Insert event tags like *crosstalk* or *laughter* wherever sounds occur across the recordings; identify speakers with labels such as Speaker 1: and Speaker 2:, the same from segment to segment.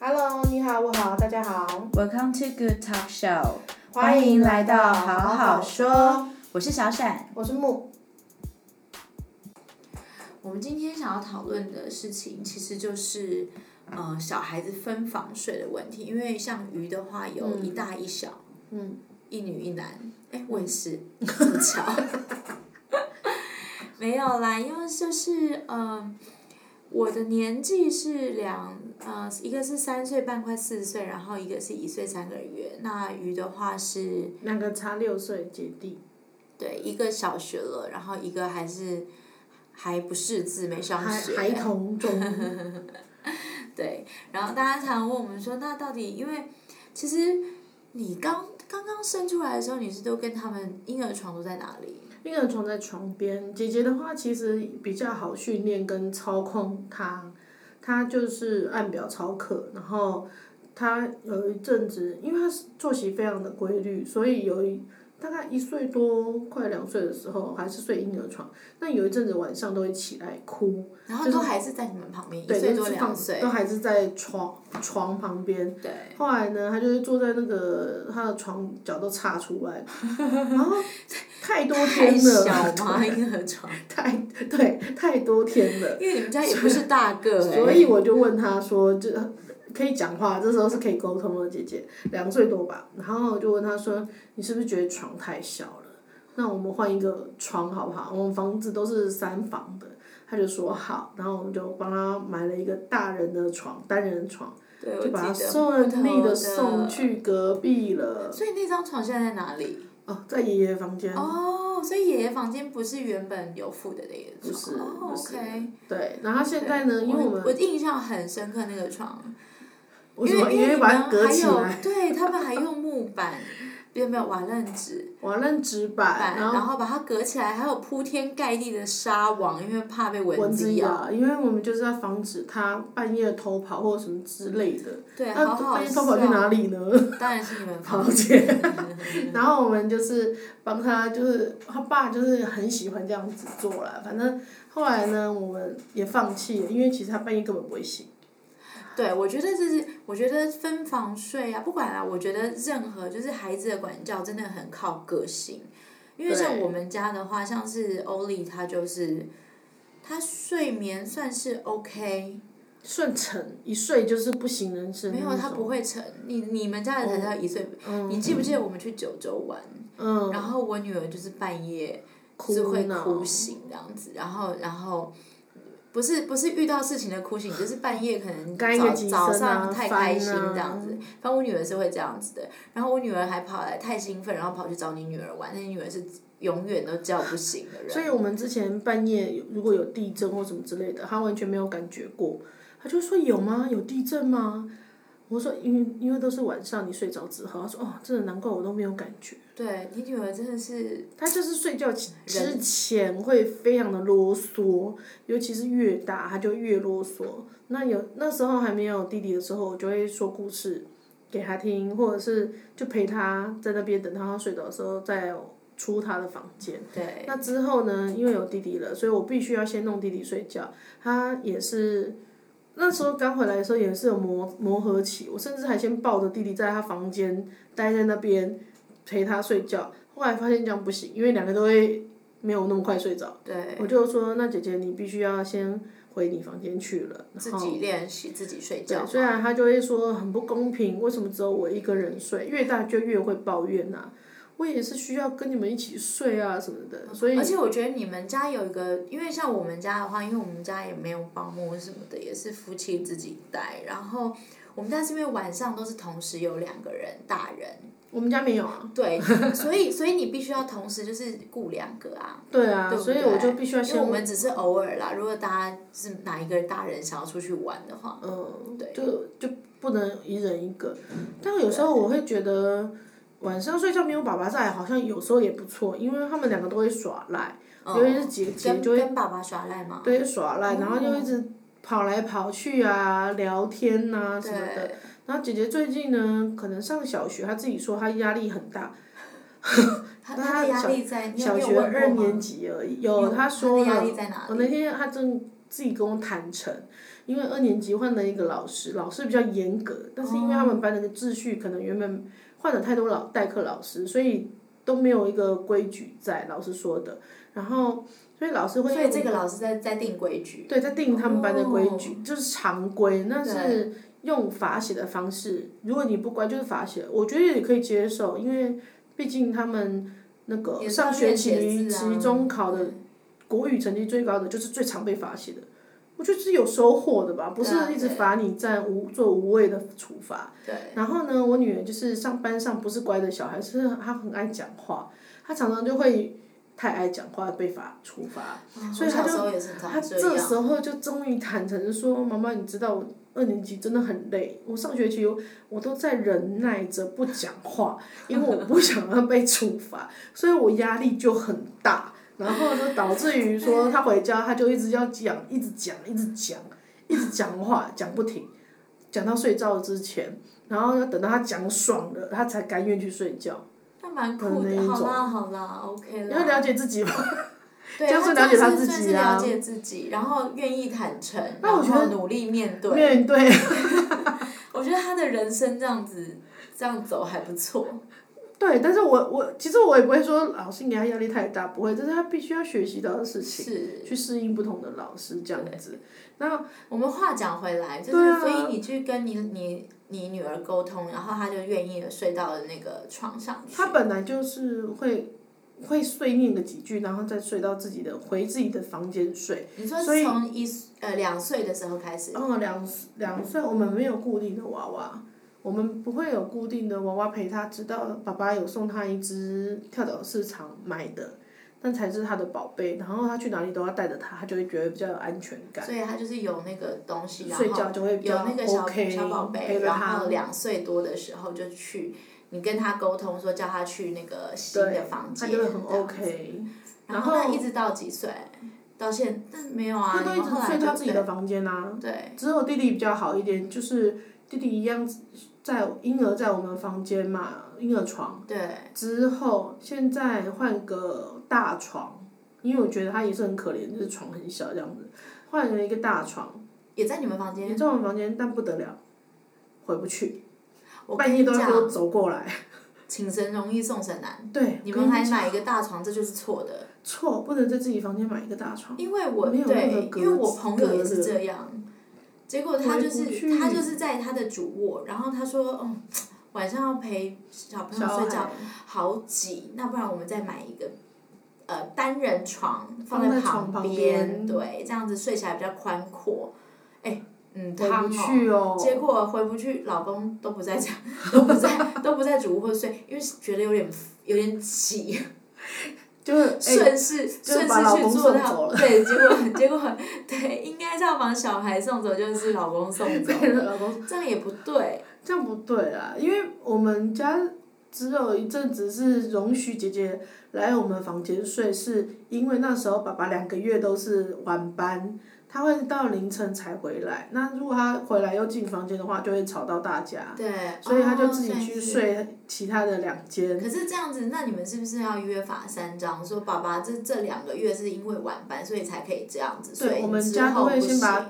Speaker 1: Hello，你好，我好，大家好，
Speaker 2: Welcome to Good Talk Show，
Speaker 1: 欢迎来到好
Speaker 2: 好
Speaker 1: 好
Speaker 2: 好
Speaker 1: 说
Speaker 2: 说。我是小闪。
Speaker 1: 我是木。
Speaker 3: 我们今天想要讨论的事情，其实就是呃小孩子分房睡的问题，因为像鱼的话有一大一小，
Speaker 1: 嗯，
Speaker 3: 一女一男，
Speaker 2: 嗯
Speaker 3: 哎，我也是，这么巧， *laughs* 没有啦，因为就是呃，我的年纪是两呃，一个是三岁半快四岁，然后一个是一岁三个月，那鱼的话是
Speaker 1: 两个差六岁姐弟，
Speaker 3: 对一个小学了，然后一个还是还不识字没上
Speaker 1: 孩
Speaker 3: 学，
Speaker 1: 孩童中，
Speaker 3: 对，然后大家常问我们说，那到底因为其实你刚刚刚生出来的时候，你是都跟他们婴儿床都在哪里？
Speaker 1: *laughs* 婴儿床在床边。姐姐的话其实比较好训练跟操控她，她就是按表操课，然后她有一阵子，因为她是作息非常的规律，所以有一。大概一岁多，快两岁的时候，还是睡婴儿床。那有一阵子晚上都会起来哭，
Speaker 3: 然后
Speaker 1: 就是
Speaker 3: 都还是在你们旁边，一
Speaker 1: 对，
Speaker 3: 岁
Speaker 1: 就
Speaker 3: 多
Speaker 1: 是放
Speaker 3: 两岁
Speaker 1: 都，还是在床床旁边。
Speaker 3: 对，
Speaker 1: 后来呢，他就是坐在那个他的床脚都岔出来，然后太多
Speaker 3: 太
Speaker 1: 天了，
Speaker 3: 小吗？婴儿床，
Speaker 1: *laughs* 太对太多天了，
Speaker 3: 因为你
Speaker 1: *laughs*
Speaker 3: 们家也不是大个、欸，
Speaker 1: 所以我就问他说，就可以讲话，这时候是可以沟通的姐姐，两岁多吧，然后我就问他说，你是不是觉得床太小了？那我们换一个床好不好？我们房子都是三房的，他就说好，然后我们就帮他买了一个大人的床，单人床，
Speaker 3: 对，我
Speaker 1: 就
Speaker 3: 记
Speaker 1: 把他
Speaker 3: 得
Speaker 1: 顺利
Speaker 3: 木头
Speaker 1: 的
Speaker 3: 的
Speaker 1: 送。去隔壁了。
Speaker 3: 所以那张床现在在哪里？
Speaker 1: 哦，在爷爷房间。
Speaker 3: 哦，所以爷爷房间不是原本有附的那个
Speaker 1: 不
Speaker 3: 床，
Speaker 1: 是
Speaker 3: 哦
Speaker 1: 不是
Speaker 3: ，OK。
Speaker 1: 对，然后现在呢，因为我们
Speaker 3: 我印象很深刻那个床，
Speaker 1: 为什
Speaker 3: 因
Speaker 1: 么
Speaker 3: 为
Speaker 1: 因为
Speaker 3: 你
Speaker 1: 把
Speaker 3: 们
Speaker 1: 它隔
Speaker 3: 还
Speaker 1: 起
Speaker 3: 有
Speaker 1: 来，
Speaker 3: 对他们还用木板，没有没有瓦楞纸
Speaker 1: 瓦楞纸 *laughs* 板，
Speaker 3: 板，
Speaker 1: 然
Speaker 3: 然
Speaker 1: 后
Speaker 3: 后把它隔起来，还有铺天盖地的纱网，因为怕被
Speaker 1: 蚊
Speaker 3: 子
Speaker 1: 子。咬，啊因为我们就是要防止它半夜偷跑或什么之类的。
Speaker 3: 对，
Speaker 1: 那
Speaker 3: 好好
Speaker 1: 半夜啊偷跑去
Speaker 3: 笑嗯
Speaker 1: 哪里 *laughs* 呢？
Speaker 3: 当然是你们
Speaker 1: 跑
Speaker 3: 房
Speaker 1: 姐。然后我们就是帮他，就是他爸就是很喜欢这样子做啦。反正后来呢，我们也放弃了，因为其实他半夜根本不会醒。
Speaker 3: 对，我觉得这是，我觉得分房睡啊，不管啊，我觉得任何就是孩子的管教真的很靠个性，因为像
Speaker 1: 对
Speaker 3: 我们家的话，像是欧丽，她就是她睡眠算是 OK，
Speaker 1: 顺承一睡就是哦不省人事。
Speaker 3: 没有她不。会沉，你你们家的才叫一岁，你记不记得我们去九州玩？
Speaker 1: 嗯。
Speaker 3: 然后我女儿就是半夜
Speaker 1: 哭
Speaker 3: 是会
Speaker 1: 闹
Speaker 3: 哭醒这样子，然后然后不是不是遇到事情的哭醒，就是半夜可能
Speaker 1: 干一
Speaker 3: 早
Speaker 1: 个几
Speaker 3: 早
Speaker 1: 声啊
Speaker 3: 上太开心
Speaker 1: 翻啊
Speaker 3: 这样子，反正我女儿是会这样子的，然后我女儿还跑来太兴奋，然后跑去找你女儿玩，那你女儿是永远都叫不醒的人。
Speaker 1: 所以我们之前半夜有如果有地震或什么之类的，他完全没有感觉过。他就说有吗？有地震吗？我说因为因为都是晚上你睡着之后，他说哦，真的难怪我都没有感觉。
Speaker 3: 对你女儿真的是
Speaker 1: 他就是睡觉起之前会非常的啰嗦，尤其是越大他就越啰嗦。那有那时候还没有弟弟的时候，我就会说故事给他听，或者是就陪他在那边等他睡着的时候再出他的房间。
Speaker 3: 对
Speaker 1: 那之后呢，因为有弟弟了，所以我必须要先弄弟弟睡觉。他也是那时候刚回来的时候也是有磨磨合期，我甚至还先抱着弟弟在他房间待在那边陪他睡觉。后来发现这样不行，因为两个都会没有那么快睡着。
Speaker 3: 对
Speaker 1: 我就说，那姐姐你必须要先回你房间去了，然
Speaker 3: 自
Speaker 1: 后。
Speaker 3: 己练习自己睡觉
Speaker 1: 对，。虽然他就会说很不公平，为什么只有我一个人睡？越大就越会抱怨呐、我也是需要跟你们一起睡啊什么的，所以
Speaker 3: 嗯而且我觉得你们家有一个，因为像我们家的话，因为我们家也没有保姆什么的，也是夫妻自己带。然后我们家是因为晚上都是同时有两个人，大人，
Speaker 1: 我们家没有啊。
Speaker 3: 对， *laughs* 所以所以你必须要同时就是雇两个啊。
Speaker 1: 对啊，
Speaker 3: 对不
Speaker 1: 所以
Speaker 3: 对
Speaker 1: 我 *laughs* 就必须要
Speaker 3: 因为
Speaker 1: 先
Speaker 3: 我们只是偶尔啦，如果大家是哪一个大人想要出去玩的话，
Speaker 1: 嗯，
Speaker 3: 对
Speaker 1: 就就不能一人一个。但有时候我会觉得晚上睡觉没有爸爸在，好像有时候也不错，因为他们两个都会耍赖，尤其
Speaker 3: 嗯，
Speaker 1: 是姐姐
Speaker 3: 跟
Speaker 1: 就会
Speaker 3: 跟爸爸耍赖嘛，
Speaker 1: 对耍赖，
Speaker 3: 哦
Speaker 1: 然后就一直跑来跑去啊，聊天呐、什么的。
Speaker 3: 对，
Speaker 1: 然后姐姐最近呢，可能上小学，她自己说她压力很大，
Speaker 3: 他
Speaker 1: 但
Speaker 3: 他
Speaker 1: 他
Speaker 3: 的压
Speaker 1: 小
Speaker 3: 力在，哎你有
Speaker 1: 小
Speaker 3: 你有
Speaker 1: 学
Speaker 3: 问过
Speaker 1: 二
Speaker 3: 吗
Speaker 1: 年级而已。
Speaker 3: 你
Speaker 1: 有
Speaker 3: 有
Speaker 1: 她
Speaker 3: 他
Speaker 1: 说
Speaker 3: 的压
Speaker 1: 了
Speaker 3: 力在哪
Speaker 1: 我
Speaker 3: 里？
Speaker 1: 那天他正自己跟我坦诚，因为二年级换了一个老师，老师比较严格，但是因为他
Speaker 3: 哦
Speaker 1: 们班的秩序可能原本换了太多老代课老师，所以都没有一个规矩在，老师说的。然后，所以老师会
Speaker 3: 所以这个老师在在定规矩，
Speaker 1: 对，在定他们班的规矩，
Speaker 3: 哦
Speaker 1: 就是常规，那是用罚写的方式。如果你不乖，就是罚写，我觉得也可以接受，因为毕竟他们那个
Speaker 3: 也是
Speaker 1: 上
Speaker 3: 要
Speaker 1: 学
Speaker 3: 练写
Speaker 1: 期
Speaker 3: 字啊
Speaker 1: 期中考的国语成绩最高的，就是最常被罚写的。我觉得是有收获的吧，不是
Speaker 3: 对啊
Speaker 1: 一直
Speaker 3: 对
Speaker 1: 罚你占无做无谓的处罚。
Speaker 3: 对，
Speaker 1: 然后呢，我女儿就是上班上不是乖的小孩，是她很爱讲话，她常常就会太爱讲话被罚处罚。
Speaker 3: 哦
Speaker 1: 所以
Speaker 3: 我
Speaker 1: 他
Speaker 3: 小
Speaker 1: 就
Speaker 3: 时候也是
Speaker 1: 他
Speaker 3: 常
Speaker 1: 这
Speaker 3: 样。
Speaker 1: 时候就终于坦诚地说：“妈妈，你知道我二年级真的很累，我上学期我都在忍耐着不讲话，因为我不想要被处罚，所以我压力就很大。然后就导致于说，他回家他就一直要讲，一直讲，一直讲，一直讲话，讲不停，讲到睡觉之前，然后要等到他讲爽了，他才甘愿去睡觉。
Speaker 3: 那蛮
Speaker 1: 的
Speaker 3: 酷
Speaker 1: 嗯那
Speaker 3: 的
Speaker 1: 一，
Speaker 3: 好
Speaker 1: 种
Speaker 3: 啦好啦，OK
Speaker 1: 要了
Speaker 3: 啦。
Speaker 1: 解自己吧。
Speaker 3: 对，
Speaker 1: 这样
Speaker 3: 他
Speaker 1: 是了解
Speaker 3: 真的是
Speaker 1: 他
Speaker 3: 算
Speaker 1: 自己
Speaker 3: 是
Speaker 1: 啊
Speaker 3: 了解自己，然后愿意坦诚，
Speaker 1: 那我
Speaker 3: 然
Speaker 1: 觉
Speaker 3: 后
Speaker 1: 得
Speaker 3: 努力面对。
Speaker 1: 面对
Speaker 3: 我觉得他的人生这样子这样走还不错。
Speaker 1: 对，但是我我其实我也不会说老师给他压力太大，不会，这是他必须要学习到的事情，
Speaker 3: 是，
Speaker 1: 去适应不同的老师这样子。那
Speaker 3: 我们话讲回来，就
Speaker 1: 对啊
Speaker 3: 是所以你去跟你你你女儿沟通，然后她就愿意的睡到了那个床上去。
Speaker 1: 他本来就是会会碎念个几句，然后再睡到自己的回自己的房间睡。
Speaker 3: 你说
Speaker 1: 所以
Speaker 3: 从一呃两岁的时候开始，
Speaker 1: 然后两两岁我们没有固定的娃娃，我们不会有固定的娃娃陪他，直到爸爸有送他一只跳蚤市场买的，那才是他的宝贝。然后他去哪里都要带着他，他就会觉得比较有安全感。
Speaker 3: 所以她就是有那个东西，然
Speaker 1: 睡
Speaker 3: 后
Speaker 1: 觉就会比
Speaker 3: 有
Speaker 1: 较
Speaker 3: 那个小
Speaker 1: OK，
Speaker 3: 小宝
Speaker 1: 陪
Speaker 3: 贝，
Speaker 1: 着
Speaker 3: 然
Speaker 1: 他
Speaker 3: 后两岁多的时候就去，你跟他沟通说叫他去那个新的房
Speaker 1: 他
Speaker 3: 间，
Speaker 1: 就会很
Speaker 3: 这样子
Speaker 1: OK。
Speaker 3: 然
Speaker 1: 然后
Speaker 3: 那一直到几岁？到现但没有啊，
Speaker 1: 他都
Speaker 3: 你
Speaker 1: 一
Speaker 3: 们后
Speaker 1: 直
Speaker 3: 来
Speaker 1: 睡
Speaker 3: 就
Speaker 1: 他自己的房间啊。
Speaker 3: 对，
Speaker 1: 只有弟弟比较好一点，就是弟弟一样在婴儿在我们房间嘛，婴儿床。
Speaker 3: 对，
Speaker 1: 之后现在换个大床，因为我觉得他也是很可怜，就是床很小这样子，换了一个大床，
Speaker 3: 也在你们房间
Speaker 1: 也。在我们房间，但不得了，回不去，
Speaker 3: 我
Speaker 1: 半
Speaker 3: 跟
Speaker 1: 夜
Speaker 3: 你
Speaker 1: 都要给我
Speaker 3: 讲，
Speaker 1: 走过来。
Speaker 3: 请神容易送神难。
Speaker 1: 对，
Speaker 3: 你
Speaker 1: 我跟
Speaker 3: 们还
Speaker 1: 讲
Speaker 3: 买一个大床，这就是错的。
Speaker 1: 错，不能在自己房间买一个大床。
Speaker 3: 因为我
Speaker 1: 没有那个
Speaker 3: 对，
Speaker 1: 格
Speaker 3: 因为我朋友也
Speaker 1: 格
Speaker 3: 是
Speaker 1: 子
Speaker 3: 这样，结果他
Speaker 1: 回
Speaker 3: 就
Speaker 1: 不
Speaker 3: 是
Speaker 1: 去
Speaker 3: 他就是在他的主卧，然后他说，嗯，晚上要陪小朋
Speaker 1: 小
Speaker 3: 友睡觉
Speaker 1: 孩，
Speaker 3: 好挤，那不然我们再买一个。呃，单人床
Speaker 1: 放在
Speaker 3: 在
Speaker 1: 床旁边
Speaker 3: 边，对，这样子睡起来比较宽阔。哎，嗯，
Speaker 1: 回
Speaker 3: 汤
Speaker 1: 不
Speaker 3: 哦，
Speaker 1: 去哦。
Speaker 3: 结果回不去，老公都不在家， *laughs* 都不在，都不在主卧睡，因为觉得有点有点挤，
Speaker 1: 就是 *laughs*
Speaker 3: *laughs*
Speaker 1: 哎
Speaker 3: 顺势
Speaker 1: 就是
Speaker 3: 顺势
Speaker 1: 把老
Speaker 3: 去
Speaker 1: 公
Speaker 3: 做
Speaker 1: 送走
Speaker 3: 到， *laughs* 对，结果结果 *laughs* 对，应该是要把小孩送走，就是老公送
Speaker 1: *laughs*
Speaker 3: 走，
Speaker 1: 被老公
Speaker 3: 这样也不对，
Speaker 1: 哎这样不对啦，因为我们家只有一阵子是容许姐姐来我们房间睡，是因为那时候爸爸两个月都是晚班，他会到凌晨才回来。那如果他回来又进房间的话，就会吵到大家，
Speaker 3: 对，
Speaker 1: 啊所以他就
Speaker 3: 哦
Speaker 1: 自己去。
Speaker 3: 对
Speaker 1: 睡其他的两
Speaker 3: 是
Speaker 1: 间。
Speaker 3: 可是这样子，那你们是不是要约法三章？说爸爸这这两个月是因为晚班，所以才可以这样子，
Speaker 1: 对
Speaker 3: 所以
Speaker 1: 我们
Speaker 3: 之
Speaker 1: 家都
Speaker 3: 后
Speaker 1: 会
Speaker 3: 不
Speaker 1: 先把
Speaker 3: 行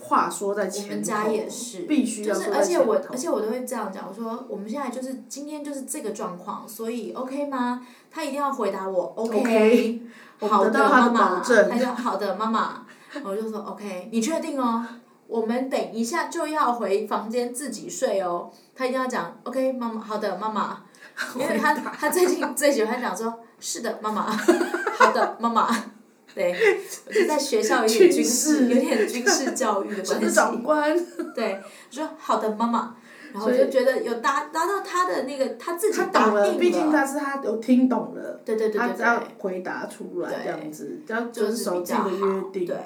Speaker 1: 话说在前
Speaker 3: 我
Speaker 1: 头，
Speaker 3: 们家也是，
Speaker 1: 必须要
Speaker 3: 就
Speaker 1: 说
Speaker 3: 是，
Speaker 1: 在
Speaker 3: 而且
Speaker 1: 前
Speaker 3: 我，
Speaker 1: 头
Speaker 3: 而且我都会这样讲，我说我们现在就是今天就是这个状况，所以 OK 吗？他一定要回答我
Speaker 1: OK，我们
Speaker 3: 好
Speaker 1: 得到他
Speaker 3: 妈
Speaker 1: 的
Speaker 3: 妈，
Speaker 1: 保证
Speaker 3: 他就好的妈妈，我就说 OK，你确定哦？我们等一下就要回房间自己睡哦。他一定要讲 OK，妈妈，好的妈妈， *laughs* *laughs* 因为他他最近最喜欢讲说是的妈妈， *laughs* 好的妈妈。对，我就在学校
Speaker 1: *laughs*
Speaker 3: 有点军事，
Speaker 1: 军事
Speaker 3: 有点军事教育
Speaker 1: *laughs* *laughs*
Speaker 3: 的
Speaker 1: 我
Speaker 3: 关
Speaker 1: 是
Speaker 3: 系。
Speaker 1: 长官，
Speaker 3: 对，我说好的，妈妈。然后我
Speaker 1: 所以
Speaker 3: 就觉得有达达到他的那个他自己
Speaker 1: 他
Speaker 3: 答
Speaker 1: 懂了，
Speaker 3: 应
Speaker 1: 毕竟他是他有听懂了。
Speaker 3: 对对对
Speaker 1: 他
Speaker 3: 对
Speaker 1: 只要
Speaker 3: 对，
Speaker 1: 回答出来
Speaker 3: 对
Speaker 1: 这样子，只要
Speaker 3: 就
Speaker 1: 遵
Speaker 3: 是
Speaker 1: 守
Speaker 3: 比
Speaker 1: 自
Speaker 3: 较
Speaker 1: 己
Speaker 3: 好
Speaker 1: 的约定。
Speaker 3: 对，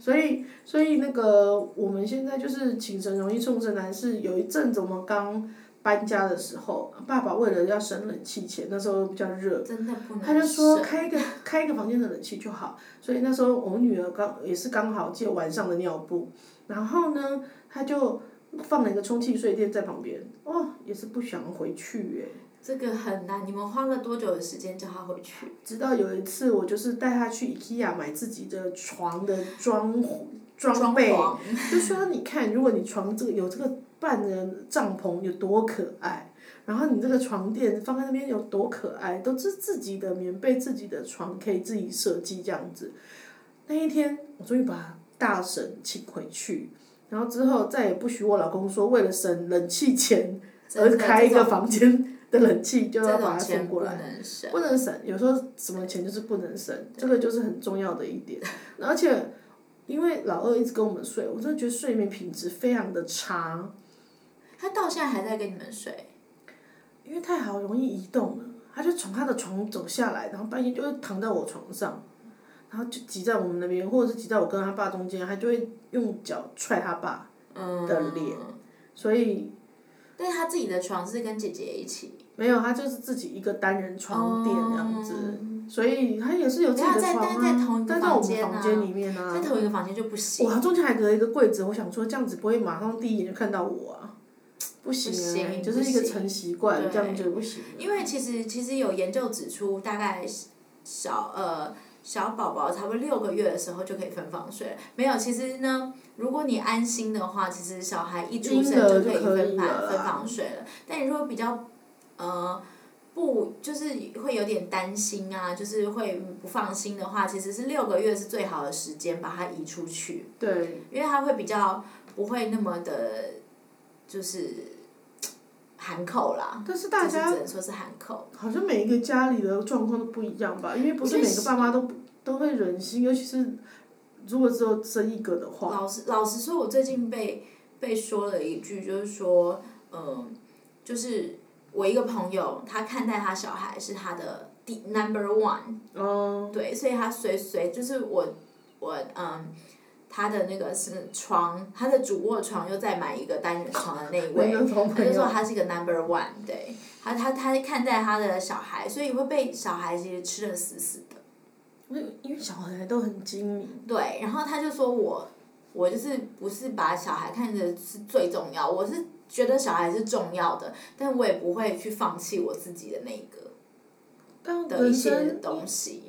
Speaker 1: 所以，所以那个我们现在就是请神容易送神难，是有一阵子我们刚搬家的时候，爸爸为了要省冷气钱，那时候比较热，
Speaker 3: 真的不能。
Speaker 1: 他就说，开一个开一个房间的冷气就好。所以那时候我女儿刚也是刚好借晚上的尿布，然后呢，他就放了一个充气睡垫在旁边，哦，也是不想回去耶。
Speaker 3: 这个很难，你们花了多久的时间叫他回去？
Speaker 1: 直到有一次，我就是带他去 IKEA 买自己的床的装潢装备，
Speaker 3: 潢，
Speaker 1: 就说你看，如果你床这个有这个半人帐篷有多可爱，然后你这个床垫放在那边有多可爱，都是自己的棉被、自己的床可以自己设计这样子。那一天，我终于把大婶请回去，然后之后再也不许我老公说为了省冷气钱
Speaker 3: 真
Speaker 1: 而
Speaker 3: 的
Speaker 1: 开一
Speaker 3: 这
Speaker 1: 个
Speaker 3: 种
Speaker 1: 房间的冷气，就要
Speaker 3: 这
Speaker 1: 把它
Speaker 3: 种
Speaker 1: 送
Speaker 3: 钱
Speaker 1: 过
Speaker 3: 不
Speaker 1: 来。
Speaker 3: 能省。
Speaker 1: 不能省，有时候什么钱就是不能省，这个就是很重要的一
Speaker 3: *laughs*
Speaker 1: 点。而且，因为老二一直跟我们睡，我真的觉得睡眠品质非常的差，
Speaker 3: 他到现在还在跟你们睡，
Speaker 1: 因为太好容易移动了，他就从他的床走下来，然后半夜就会躺在我床上，然后就挤在我们那边，或者是挤在我跟他爸中间，他就会用脚踹他爸
Speaker 3: 嗯，
Speaker 1: 的脸，所以
Speaker 3: 但是他自己的床是跟姐姐一起，
Speaker 1: 没有他就是自己一个单人床垫这样子。
Speaker 3: 哦
Speaker 1: 所以他也是有自己
Speaker 3: 等
Speaker 1: 的
Speaker 3: 一下
Speaker 1: 床啊，
Speaker 3: 在在同一个
Speaker 1: 但在我
Speaker 3: 房
Speaker 1: 们
Speaker 3: 间啊
Speaker 1: 房间里面啊，
Speaker 3: 在同一个房间就不行，
Speaker 1: 哇，中间还隔了一个柜子，我想说这样子不会马上第一眼就看到我啊，不行啊、
Speaker 3: 不行
Speaker 1: 就是一个成习惯，
Speaker 3: 对
Speaker 1: 这样就不行。
Speaker 3: 因为其实其实有研究指出，大概小呃小宝宝差不多六个月的时候就可以分房睡了。没有，其实呢，如果你安心的话，其实小孩一出生
Speaker 1: 婴儿
Speaker 3: 可以
Speaker 1: 就可以
Speaker 3: 分房
Speaker 1: 了啦
Speaker 3: 分房睡了。但你如果比较呃不就是会有点担心啊，就是会不放心的话，其实是六个月是最好的时间把它移出去，
Speaker 1: 对，
Speaker 3: 因为它会比较不会那么的，就是。含扣啦，
Speaker 1: 但是大
Speaker 3: 啊就是
Speaker 1: 家
Speaker 3: 只能说是含扣。
Speaker 1: 好像每一个家里的状况都不一样吧，因为不是每个爸妈都都会忍心，尤其是如果只有生一个的话，
Speaker 3: 老实老实说，我最近被被说了一句，就是说，嗯、就是我一个朋友，他看待他小孩是他的第 number one，
Speaker 1: 嗯，
Speaker 3: 对，所以他随随就是我我嗯。他的那个是床，他的主卧床又再买一个单人床的那一
Speaker 1: 每
Speaker 3: 位，
Speaker 1: 个同
Speaker 3: 他
Speaker 1: 朋
Speaker 3: 就说
Speaker 1: 友，
Speaker 3: 他是一个 number one，对，他他他看待他的小孩，所以会被小孩其实吃的死死的。
Speaker 1: 因为因为小孩都很精明，
Speaker 3: 对，然后他就说我，我就是不是把小孩看着是最重要，我是觉得小孩是重要的，但我也不会去放弃我自己的那个
Speaker 1: 但
Speaker 3: 的一
Speaker 1: 嗯人
Speaker 3: 些
Speaker 1: 生
Speaker 3: 东西。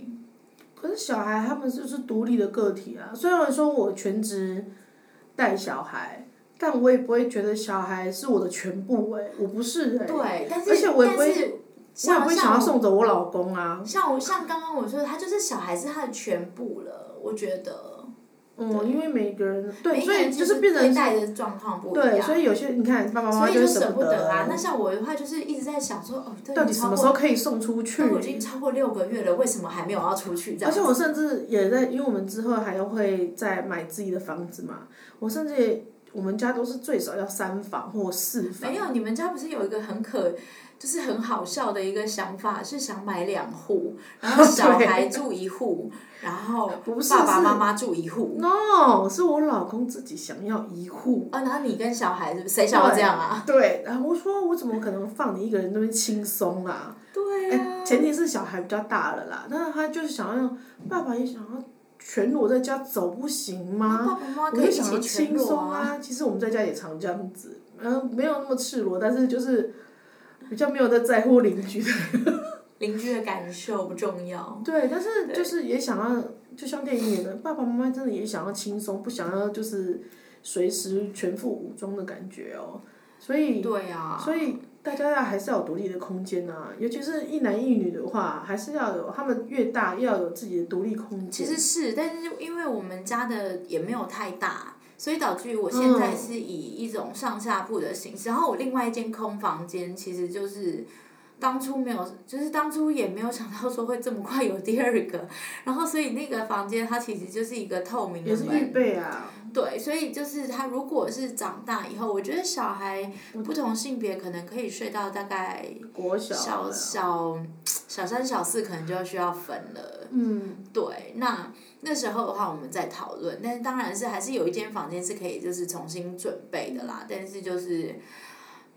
Speaker 1: 可是小孩他们就是独立的个体啊，虽然说我全职带小孩，但我也不会觉得小孩是我的全部哎、我不是哎、
Speaker 3: 对，但是
Speaker 1: 而且我也不
Speaker 3: 但
Speaker 1: 会
Speaker 3: 是
Speaker 1: 我也不
Speaker 3: 像
Speaker 1: 会想要
Speaker 3: 像
Speaker 1: 送走我老公啊。
Speaker 3: 像我像刚刚我说的，他就是小孩是他的全部了，我觉得
Speaker 1: 嗯，因为每个人对，
Speaker 3: 每个
Speaker 1: 所
Speaker 3: 人
Speaker 1: 以就是
Speaker 3: 对
Speaker 1: 变成
Speaker 3: 待的状况不一样，
Speaker 1: 对，所以有些你看爸爸妈
Speaker 3: 啊所
Speaker 1: 妈
Speaker 3: 以
Speaker 1: 会
Speaker 3: 就
Speaker 1: 舍
Speaker 3: 舍
Speaker 1: 不
Speaker 3: 得啊。那像我的话，就是一直在想说，哦，对
Speaker 1: 到
Speaker 3: 你
Speaker 1: 底什
Speaker 3: 超
Speaker 1: 么时
Speaker 3: 过，
Speaker 1: 候可以送出去
Speaker 3: 但？我已经超过六个月了，为什么还没有要出去？这
Speaker 1: 而
Speaker 3: 样
Speaker 1: 且我甚至也在，因为我们之后还会再买自己的房子嘛，我甚至也我们家都是最少要三房或四房
Speaker 3: 没。有，你们家不是有一个很可，就是很好笑的一个想法，是想买两户，
Speaker 1: *laughs*
Speaker 3: 然后小孩住一户，然后
Speaker 1: 不是
Speaker 3: 爸爸
Speaker 1: 是
Speaker 3: 妈妈住一户。
Speaker 1: No，是我老公自己想要一户。
Speaker 3: 啊，然后你跟小孩是不是谁想要这样啊？
Speaker 1: 对，然后我说我怎么可能放你一个人那边轻松啊？
Speaker 3: 对
Speaker 1: 哎、
Speaker 3: 啊，
Speaker 1: 前提是小孩比较大了啦，但是他就是想要爸爸也想要全裸在家走不行
Speaker 3: 那
Speaker 1: 吗？
Speaker 3: 爸爸妈妈
Speaker 1: 我
Speaker 3: 可以
Speaker 1: 就
Speaker 3: 一
Speaker 1: 想要
Speaker 3: 起全
Speaker 1: 轻
Speaker 3: 裸
Speaker 1: 松。啊。其实我们在家也常这样子，嗯，没有那么赤裸，但是就是比较没有在在乎邻居的。
Speaker 3: 邻居的感受不重要，
Speaker 1: 对，但是就是也想要，就像电影演的，爸爸妈妈真的也想要轻松，不想要就是随时全副武装的感觉哦。所以
Speaker 3: 对啊，
Speaker 1: 所以大家要还是要有独立的空间啊，尤其是一男一女的话，还是要有他们越大要有自己的独立空间。
Speaker 3: 其实是，但是因为我们家的也没有太大，所以导致于我现在
Speaker 1: 嗯
Speaker 3: 是以一种上下铺的形式。然后我另外一间空房间，其实就是当初没有，就是当初也没有想到说会这么快有第二个。然后所以那个房间它其实就是一个透明
Speaker 1: 也
Speaker 3: 的
Speaker 1: 是预
Speaker 3: 门，
Speaker 1: 备啊，
Speaker 3: 对，所以就是他如果是长大以后，我觉得小孩
Speaker 1: 我
Speaker 3: 不同性别可能可以睡到大概
Speaker 1: 国小
Speaker 3: 小
Speaker 1: 啊
Speaker 3: 小小三小四，可能就要需要分了。
Speaker 1: 嗯，
Speaker 3: 对，那那时候的话，我们再讨论。但是当然是还是有一间房间是可以就是重新准备的
Speaker 1: 嗯
Speaker 3: 啦。但是就是，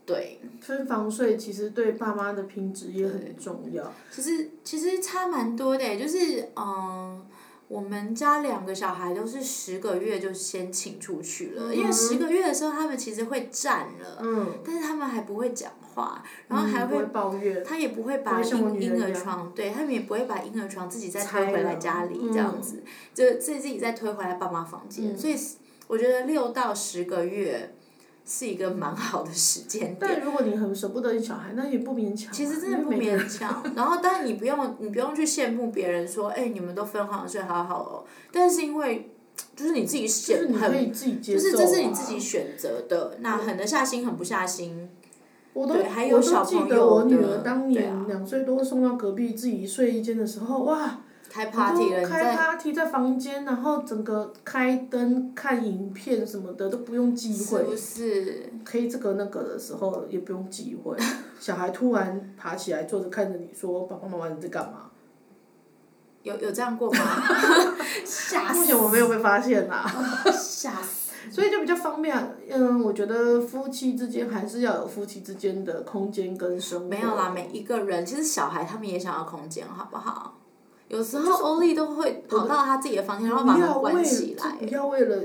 Speaker 3: 对，
Speaker 1: 分房睡其实对爸妈的品质也很重要。
Speaker 3: 其实其实差蛮多的，欸就是嗯。我们家两个小孩都是十个月就先请出去了，因为
Speaker 1: 嗯
Speaker 3: 十个月的时候他们其实会站了，
Speaker 1: 嗯，
Speaker 3: 但是他们还不会讲话，然后
Speaker 1: 嗯
Speaker 3: 还
Speaker 1: 不
Speaker 3: 会
Speaker 1: 会抱怨，
Speaker 3: 他也不会
Speaker 1: 不
Speaker 3: 把
Speaker 1: 会像我
Speaker 3: 婴
Speaker 1: 女儿
Speaker 3: 婴儿
Speaker 1: 一样
Speaker 3: 床，对他们也不会把婴儿床自己再
Speaker 1: 拆
Speaker 3: 推回来
Speaker 1: 了
Speaker 3: 家里
Speaker 1: 嗯
Speaker 3: 这样子，就自己自己再推回来爸妈房间，
Speaker 1: 嗯
Speaker 3: 所以是我觉得六到十个月是一个蛮好的时间点。
Speaker 1: 但如果你很舍不得你小孩，那也不勉强啊。
Speaker 3: 其实真
Speaker 1: 因
Speaker 3: 的
Speaker 1: 为
Speaker 3: 不
Speaker 1: 每个人
Speaker 3: 勉强，然后但是你不用你不用去羡慕别人说，哎、你们都分黄睡好好哦。但是因为就是你自己
Speaker 1: 就
Speaker 3: 选
Speaker 1: 是你可
Speaker 3: 很，
Speaker 1: 以自己接
Speaker 3: 就
Speaker 1: 受、啊。
Speaker 3: 是这是你自己选择的，那狠得下心狠不下心，
Speaker 1: 我都
Speaker 3: 对还有
Speaker 1: 我
Speaker 3: 小
Speaker 1: 都记
Speaker 3: 朋
Speaker 1: 得
Speaker 3: 友
Speaker 1: 我女
Speaker 3: 的
Speaker 1: 儿当
Speaker 3: 对啊
Speaker 1: 年两岁多送到隔壁自己睡一间的时候，哇，
Speaker 3: 开
Speaker 1: 我
Speaker 3: party 了，
Speaker 1: 都
Speaker 3: 你
Speaker 1: 开
Speaker 3: 在
Speaker 1: party 在房间，然后整个开灯看影片什么的都不用忌
Speaker 3: 是
Speaker 1: 讳，
Speaker 3: 不是？
Speaker 1: 可以这个那个的时候也不用忌讳。小孩突然爬起来坐着看着你说：“爸爸妈妈你在干嘛
Speaker 3: 有有这样过 *laughs* 吗？？”吓
Speaker 1: 目
Speaker 3: 死！
Speaker 1: 前我没有被发现啦、
Speaker 3: 吓死！
Speaker 1: 所以就比较方便啊。嗯，我觉得夫妻之间还是要有夫妻之间的空间跟生活。
Speaker 3: 没有啦，每一个人其实小孩他们也想要空间，好不好？有时候欧丽都会跑到他自己的房间，然后把
Speaker 1: 不
Speaker 3: 门
Speaker 1: 要为
Speaker 3: 关起
Speaker 1: 了，
Speaker 3: 来
Speaker 1: 这。不要为了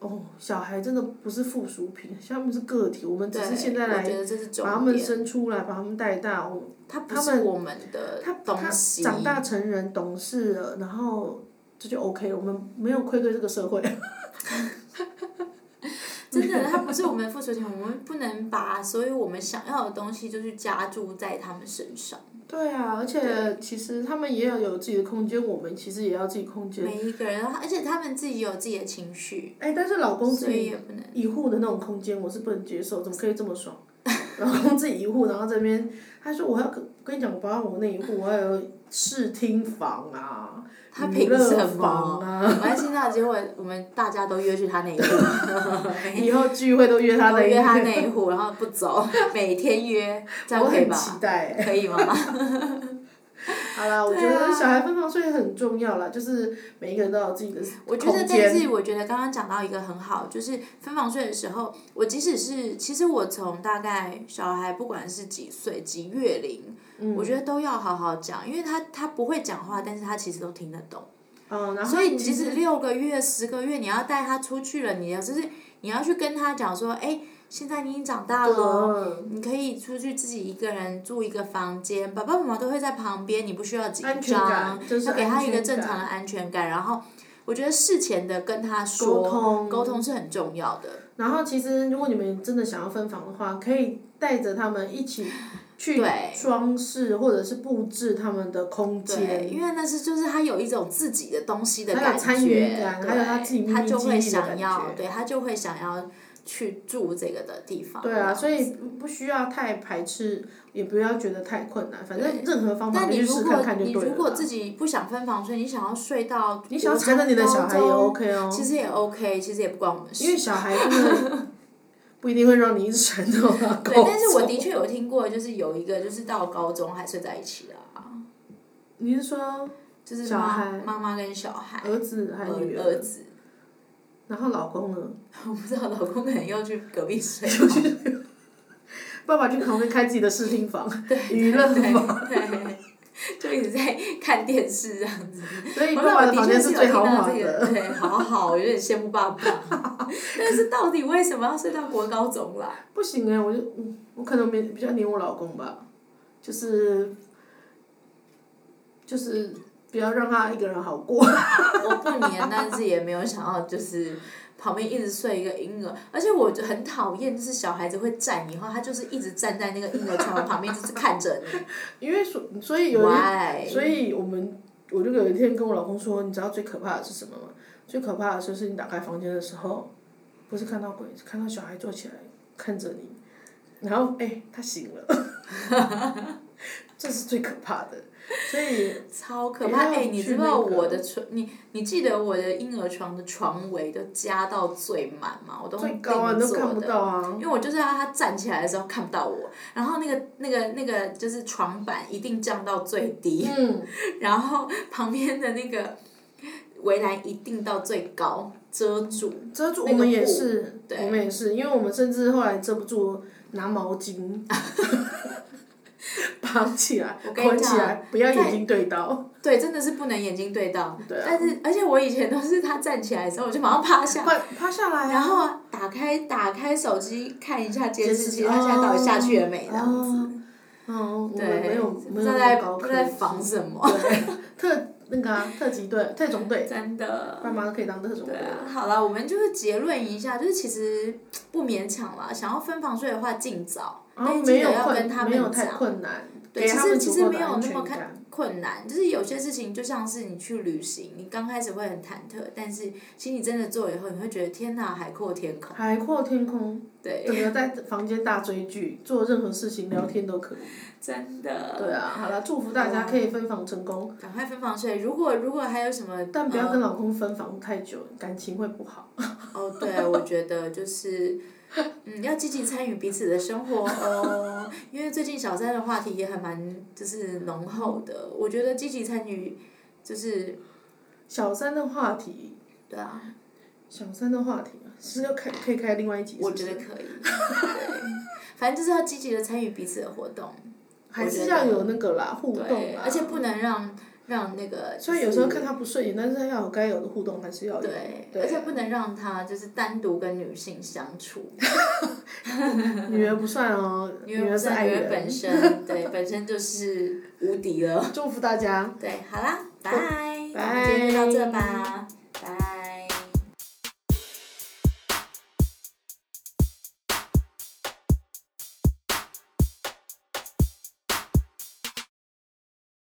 Speaker 1: 哦，小孩真的不是附属品，他们是个体，我们只
Speaker 3: 对，
Speaker 1: 是现在
Speaker 3: 我觉
Speaker 1: 来
Speaker 3: 得这是重
Speaker 1: 把
Speaker 3: 点。
Speaker 1: 他们生出来，把他们带大，我
Speaker 3: 它不
Speaker 1: 他
Speaker 3: 是
Speaker 1: 们
Speaker 3: 我们的
Speaker 1: 他
Speaker 3: 呃东
Speaker 1: 他
Speaker 3: 西。
Speaker 1: 长大成人懂事了，然后这就 OK 了，我们没有愧对这个社会。
Speaker 3: 真的，它不是我们的附属品，我们不能把所有我们想要的东西就是加注在他们身上。
Speaker 1: 对啊，而且其实他们也要有自己的空间，我们其实也要自己空间。
Speaker 3: 每一个人，而且他们自己有自己的情绪，
Speaker 1: 哎，但是老公自
Speaker 3: 所以
Speaker 1: 己
Speaker 3: 也不能。
Speaker 1: 一户的那种空间，我是不能接受，怎么可以这么爽？ *laughs* 然后自己一户，然后这边他说我要跟跟你讲，我不要我那一户，我要有视听房啊，
Speaker 3: 他
Speaker 1: 娱
Speaker 3: 凭
Speaker 1: 乐
Speaker 3: 什
Speaker 1: 房
Speaker 3: 么？ *laughs*
Speaker 1: 啊？
Speaker 3: 我在听到结果，我们大家都约去他那一户，
Speaker 1: 以后聚会 *laughs* 都约他
Speaker 3: *laughs* 都
Speaker 1: 那一
Speaker 3: 约
Speaker 1: 户，
Speaker 3: 他那一户，然后不走，每天约，这
Speaker 1: *laughs*
Speaker 3: 样
Speaker 1: 我
Speaker 3: 可以
Speaker 1: 很
Speaker 3: 吧？
Speaker 1: 期待。
Speaker 3: 可以
Speaker 1: *laughs*
Speaker 3: 吗？
Speaker 1: 好啦，我觉
Speaker 3: 对啊
Speaker 1: 得小孩分房睡很重要啦，就是每一个人都有自己的
Speaker 3: 我觉得，
Speaker 1: 空间
Speaker 3: 但是我觉得刚刚讲到一个很好，就是分房睡的时候，我即使是其实我从大概小孩不管是几岁几月龄，
Speaker 1: 嗯
Speaker 3: 我觉得都要好好讲，因为他他不会讲话，但是他其实都听得懂。
Speaker 1: 嗯，然后
Speaker 3: 所以你
Speaker 1: 其
Speaker 3: 即
Speaker 1: 实
Speaker 3: 使六个月、十个月，你要带他出去了，你要就是你要去跟他讲说，哎，现在你已经长大了。
Speaker 1: 嗯
Speaker 3: 你可以出去自己一个人住一个房间，爸爸妈妈都会在旁边，你不需要紧
Speaker 1: 安全
Speaker 3: 张，
Speaker 1: 感就是
Speaker 3: 要给他一个
Speaker 1: 安全
Speaker 3: 正
Speaker 1: 感
Speaker 3: 常的安全感，然后我觉得事前的跟他说
Speaker 1: 沟通
Speaker 3: 沟通是很重要的，
Speaker 1: 然后其实如果你们真的想要分房的话，可以带着他们一起去
Speaker 3: 对
Speaker 1: 装饰或者是布置他们的空
Speaker 3: 对，
Speaker 1: 间。
Speaker 3: 因为那是就是他有一种自己的东西的
Speaker 1: 他有
Speaker 3: 感觉，
Speaker 1: 参与感
Speaker 3: 对
Speaker 1: 还有他自己秘密
Speaker 3: 他就会
Speaker 1: 基地的
Speaker 3: 想
Speaker 1: 感
Speaker 3: 要，
Speaker 1: 觉
Speaker 3: 对他就会想要去住这个的地方，
Speaker 1: 对啊，所以不需要太排斥，也不要觉得太困难，反正任何方法
Speaker 3: 但
Speaker 1: 都
Speaker 3: 你
Speaker 1: 去
Speaker 3: 如
Speaker 1: 试
Speaker 3: 果
Speaker 1: 看看就
Speaker 3: 你
Speaker 1: 对
Speaker 3: 如
Speaker 1: 了
Speaker 3: 果
Speaker 1: 啦。
Speaker 3: 自己不想分房睡，你想要睡到
Speaker 1: 你想要
Speaker 3: 国
Speaker 1: 缠
Speaker 3: 中
Speaker 1: 着你的小孩也
Speaker 3: 高中
Speaker 1: OK 哦，
Speaker 3: 其实也 OK，其实也不关我们事。
Speaker 1: 因为小孩真的不一定会让你一直缠着他 *laughs*
Speaker 3: 对，
Speaker 1: 工
Speaker 3: 但是我
Speaker 1: 作
Speaker 3: 的确有听过，就是有一个就是到高中还睡在一起啦，
Speaker 1: 你是说
Speaker 3: 就是
Speaker 1: 小
Speaker 3: 妈
Speaker 1: 孩
Speaker 3: 妈妈跟小孩，
Speaker 1: 儿子还是女
Speaker 3: 儿
Speaker 1: 儿？
Speaker 3: 子，
Speaker 1: 然后老公呢？
Speaker 3: 我不知道老公可能又去隔壁
Speaker 1: *laughs*
Speaker 3: 睡，
Speaker 1: 爸爸去旁边开自己的视听房，娱乐
Speaker 3: 对
Speaker 1: 房，
Speaker 3: 对，就一直在看电视这样子。
Speaker 1: 所以
Speaker 3: 我
Speaker 1: 爸爸的
Speaker 3: 老的
Speaker 1: 房
Speaker 3: 确
Speaker 1: 间
Speaker 3: 是
Speaker 1: 是
Speaker 3: 有
Speaker 1: 最
Speaker 3: 听
Speaker 1: 豪
Speaker 3: 到
Speaker 1: 华
Speaker 3: 这
Speaker 1: 的。
Speaker 3: 个，对，好好，我有点羡慕爸爸。 *laughs* 但是到底为什么要睡到国高中啦？
Speaker 1: 不行哎、我就嗯，我可能没比较黏我老公吧，就是就是不要让他一个人好过。 *laughs*
Speaker 3: 我不黏，但是也没有想要就是。旁边一直睡一个婴儿，而且我就很讨厌，就是小孩子会站你，然后他就是一直站在那个婴儿床旁边，就是看着你。
Speaker 1: 因为所所以有一
Speaker 3: Why？
Speaker 1: 所以我们我就有一天跟我老公说，你知道最可怕的是什么吗？最可怕的就是你打开房间的时候，不是看到鬼，是看到小孩坐起来看着你，然后哎、他醒了， *laughs* 这是最可怕的。所以
Speaker 3: 超可
Speaker 1: 不
Speaker 3: 怕！
Speaker 1: 要
Speaker 3: 哎、你
Speaker 1: 去
Speaker 3: 知
Speaker 1: 那
Speaker 3: 道
Speaker 1: 个
Speaker 3: 我的床，你你记得我的婴儿床的床围都加到最满吗？我都
Speaker 1: 最
Speaker 3: 用
Speaker 1: 高啊，
Speaker 3: 定
Speaker 1: 你都
Speaker 3: 做
Speaker 1: 看不
Speaker 3: 的。
Speaker 1: 到啊。
Speaker 3: 因为我就是要他站起来的时候看不到我，然后那个那个那个就是床板一定降到最低，
Speaker 1: 嗯，
Speaker 3: *laughs* 然后旁边的那个围栏一定到最高遮住。
Speaker 1: 遮住
Speaker 3: 那
Speaker 1: 我
Speaker 3: 个
Speaker 1: 们也
Speaker 3: 布
Speaker 1: 是，
Speaker 3: 对
Speaker 1: 我们也是，因为我们甚至后来遮不住，拿毛巾 *laughs* 绑起来
Speaker 3: 我，跟你
Speaker 1: 捆起
Speaker 3: 讲
Speaker 1: 来，不要眼
Speaker 3: 在
Speaker 1: 睛对到。
Speaker 3: 对，真的是不能眼睛对到。
Speaker 1: 哦对啊
Speaker 3: 但是而且我以前都是他站起来的时候，我就马上趴下，
Speaker 1: 快趴下来啊！
Speaker 3: 然后打开打开手机看一下监视器，
Speaker 1: 监视
Speaker 3: 他
Speaker 1: 器
Speaker 3: 现在到底下去了没？
Speaker 1: 哦
Speaker 3: 这样子，
Speaker 1: 嗯，我们
Speaker 3: 对，
Speaker 1: 没有
Speaker 3: 不
Speaker 1: 没
Speaker 3: 知
Speaker 1: 有那
Speaker 3: 道在
Speaker 1: 么高
Speaker 3: 不
Speaker 1: 科
Speaker 3: 知道在
Speaker 1: 技
Speaker 3: 防什么。
Speaker 1: 对，特那个啊，特级队、特种队，
Speaker 3: 真的。
Speaker 1: 爸妈都可以当特种
Speaker 3: 对
Speaker 1: 队。
Speaker 3: 啊，好了，我们就是结论一下，就是其实不勉强啦。想要分房睡的话，尽早，
Speaker 1: 然
Speaker 3: 但
Speaker 1: 后
Speaker 3: 是啊记
Speaker 1: 没
Speaker 3: 得
Speaker 1: 有
Speaker 3: 要跟他
Speaker 1: 困，没有
Speaker 3: 们
Speaker 1: 太
Speaker 3: 讲。
Speaker 1: 困难，
Speaker 3: 对，
Speaker 1: 给
Speaker 3: 其
Speaker 1: 他
Speaker 3: 实
Speaker 1: 们
Speaker 3: 其
Speaker 1: 足
Speaker 3: 实
Speaker 1: 够
Speaker 3: 没
Speaker 1: 的
Speaker 3: 有
Speaker 1: 安
Speaker 3: 那
Speaker 1: 全
Speaker 3: 么看
Speaker 1: 感。
Speaker 3: 困难，就是有些事情就像是你去旅行，你刚开始会很忐忑，但是其实你真的做了以后，你会觉得天哪，海阔天空。
Speaker 1: 海阔天空，
Speaker 3: 对，
Speaker 1: 整个在房间大追剧，做任何事情聊天都可以。
Speaker 3: 真的。
Speaker 1: *laughs* 对啊，好了，祝福大家可以分房成功，
Speaker 3: 赶快分房睡。如果如果还有什么，
Speaker 1: 但不要
Speaker 3: 呃
Speaker 1: 跟老公分房太久，感情会不好。
Speaker 3: 哦，对，我觉得就是，嗯，要积极参与彼此的生活哦，因为最近小三的话题也还蛮就是浓厚的，我觉得积极参与就是
Speaker 1: 小三的话题，
Speaker 3: 对啊，
Speaker 1: 小三的话题啊，是要开可以开另外一集是
Speaker 3: 我
Speaker 1: 不
Speaker 3: 觉
Speaker 1: 是，
Speaker 3: 得
Speaker 1: *laughs*
Speaker 3: 可以，对，反正就是要积极的参与彼此的活动，
Speaker 1: 还
Speaker 3: 我
Speaker 1: 是
Speaker 3: 觉得
Speaker 1: 要有那个啦，互动
Speaker 3: 对，
Speaker 1: 啦。
Speaker 3: 而且不能让让那个、就是，
Speaker 1: 虽然有时候看他不顺眼，但是要有该有的互动还是要有。
Speaker 3: 对，
Speaker 1: 对
Speaker 3: 而且不能让他就是单独跟女性相
Speaker 1: *laughs*
Speaker 3: 处，
Speaker 1: 女儿不算哦，
Speaker 3: 因为
Speaker 1: 儿
Speaker 3: 不
Speaker 1: 是
Speaker 3: 是
Speaker 1: 爱
Speaker 3: *laughs* 女儿
Speaker 1: 人。*laughs*
Speaker 3: 本身，对，本身就是无敌了。
Speaker 1: 祝福大家。
Speaker 3: 对，好啦，拜，
Speaker 1: 拜
Speaker 3: 那我们今天就到这吧。